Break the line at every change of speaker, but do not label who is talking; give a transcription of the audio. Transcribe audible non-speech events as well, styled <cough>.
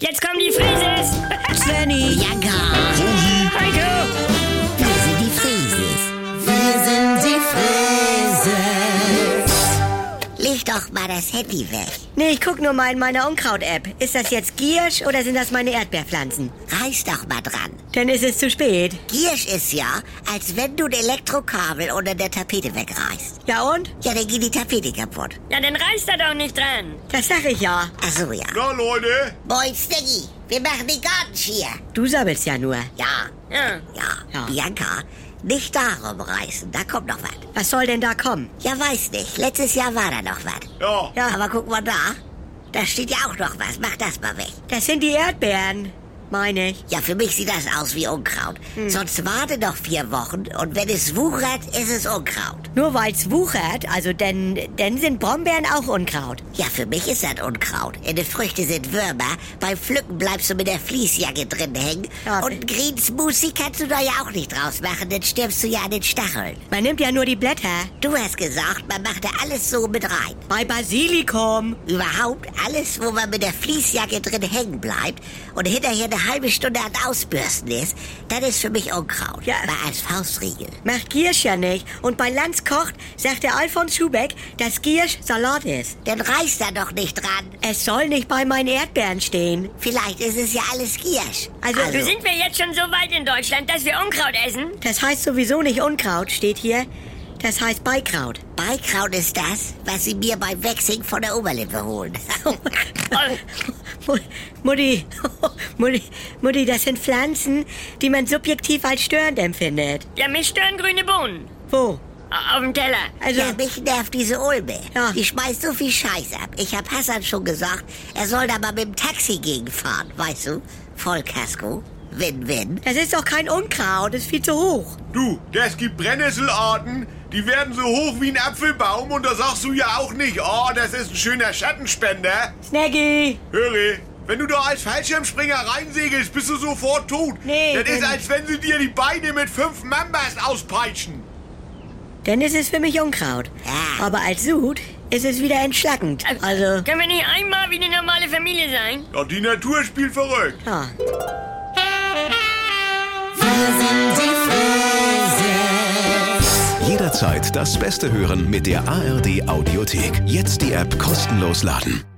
Jetzt kommen die Frises! <laughs>
Svenny,
Ja, gar.
Heiko!
Wir sind die Frieses. Wir sind die Frieses. Leg doch mal das Handy weg.
nee, ich guck nur mal in meiner Unkraut-App. Ist das jetzt Giersch oder sind das meine Erdbeerpflanzen?
Reiß doch mal dran.
Dann ist es zu spät.
Giersch ist ja, als wenn du ein Elektrokabel unter der Tapete wegreißt.
Ja und?
Ja, dann geht die Tapete kaputt.
Ja, dann reißt er doch nicht dran!
<laughs> Das sag ich ja.
Ach so, ja.
Na Leute,
Moin, Stiggy. Wir machen die Gartenschir.
Du sabbelst ja nur.
Ja,
Ja.
ja,
Ja.
Bianca, nicht darum reißen. Da kommt noch was.
Was soll denn da kommen?
Ja, weiß nicht. Letztes Jahr war da noch was.
ja,
Ja, aber
Aber guck mal da. Da steht ja auch noch was. Mach das mal weg.
das sind die Erdbeeren, meine ich.
Ja, für mich sieht das aus wie Unkraut.
Hm.
Sonst warte noch vier Wochen und wenn es wuchert, ist es Unkraut.
Nur weil's wuchert, also denn, denn sind Brombeeren auch Unkraut.
Ja, für mich ist das Unkraut. In den Früchten sind Würmer. Beim Pflücken bleibst du mit der Fließjacke drin hängen.
Ja.
Und Green Smoothie kannst du da ja auch nicht draus machen, dann stirbst du ja an den Stacheln.
Man nimmt ja nur die Blätter.
Du hast gesagt, man macht da alles so mit rein.
Bei Basilikum.
Überhaupt alles, wo man mit der Fließjacke drin hängen bleibt und hinterher eine halbe Stunde an Ausbürsten ist, das ist für mich Unkraut.
Ja.
Mal als Faustregel.
Macht Giersch ja nicht. Und bei Lanz kocht, sagt der Alfons Schubeck, dass Giersch Salat ist.
Dann reiß da doch nicht dran.
Es soll nicht bei meinen Erdbeeren stehen.
Vielleicht ist es ja alles Giersch.
Also,
Also sind wir jetzt schon so weit in Deutschland, dass wir Unkraut
<laughs>
essen?
Das heißt sowieso nicht Unkraut, steht hier. Das heißt Beikraut.
Beikraut ist das, was sie mir beim Wechseln von der Oberlippe holen.
Oh,
Mu- Mutti, <laughs> Mutti, Mutti, das sind Pflanzen, die man subjektiv als störend empfindet.
ja, mich stören grüne Bohnen.
Wo?
Au- Auf dem Teller.
<laughs> Also,
ja, mich nervt diese Ulme.
Ja.
Die schmeißt so viel Scheiß ab. Ich hab Hassan schon gesagt, er soll da mal mit dem Taxi gegenfahren, weißt du? Vollkasko. Win-win.
das ist doch kein Unkraut, das ist viel zu hoch.
du, das gibt Brennnesselarten, die werden so hoch wie ein Apfelbaum und da sagst du ja auch nicht, oh, das ist ein schöner Schattenspender.
Snaggy!
Höre, wenn du da als Fallschirmspringer reinsegelst, bist du sofort tot.
Nee,
das ist,
denn-
als wenn sie dir die Beine mit fünf Mambas auspeitschen.
Dann ist es für mich Unkraut.
Ja.
Aber als Sud ist es wieder entschlackend.
Also-
Also,
Können wir nicht einmal wie eine normale Familie sein?
Ja, die Natur spielt verrückt.
ja.
Jederzeit das Beste hören mit der ARD Audiothek. Jetzt die App kostenlos laden.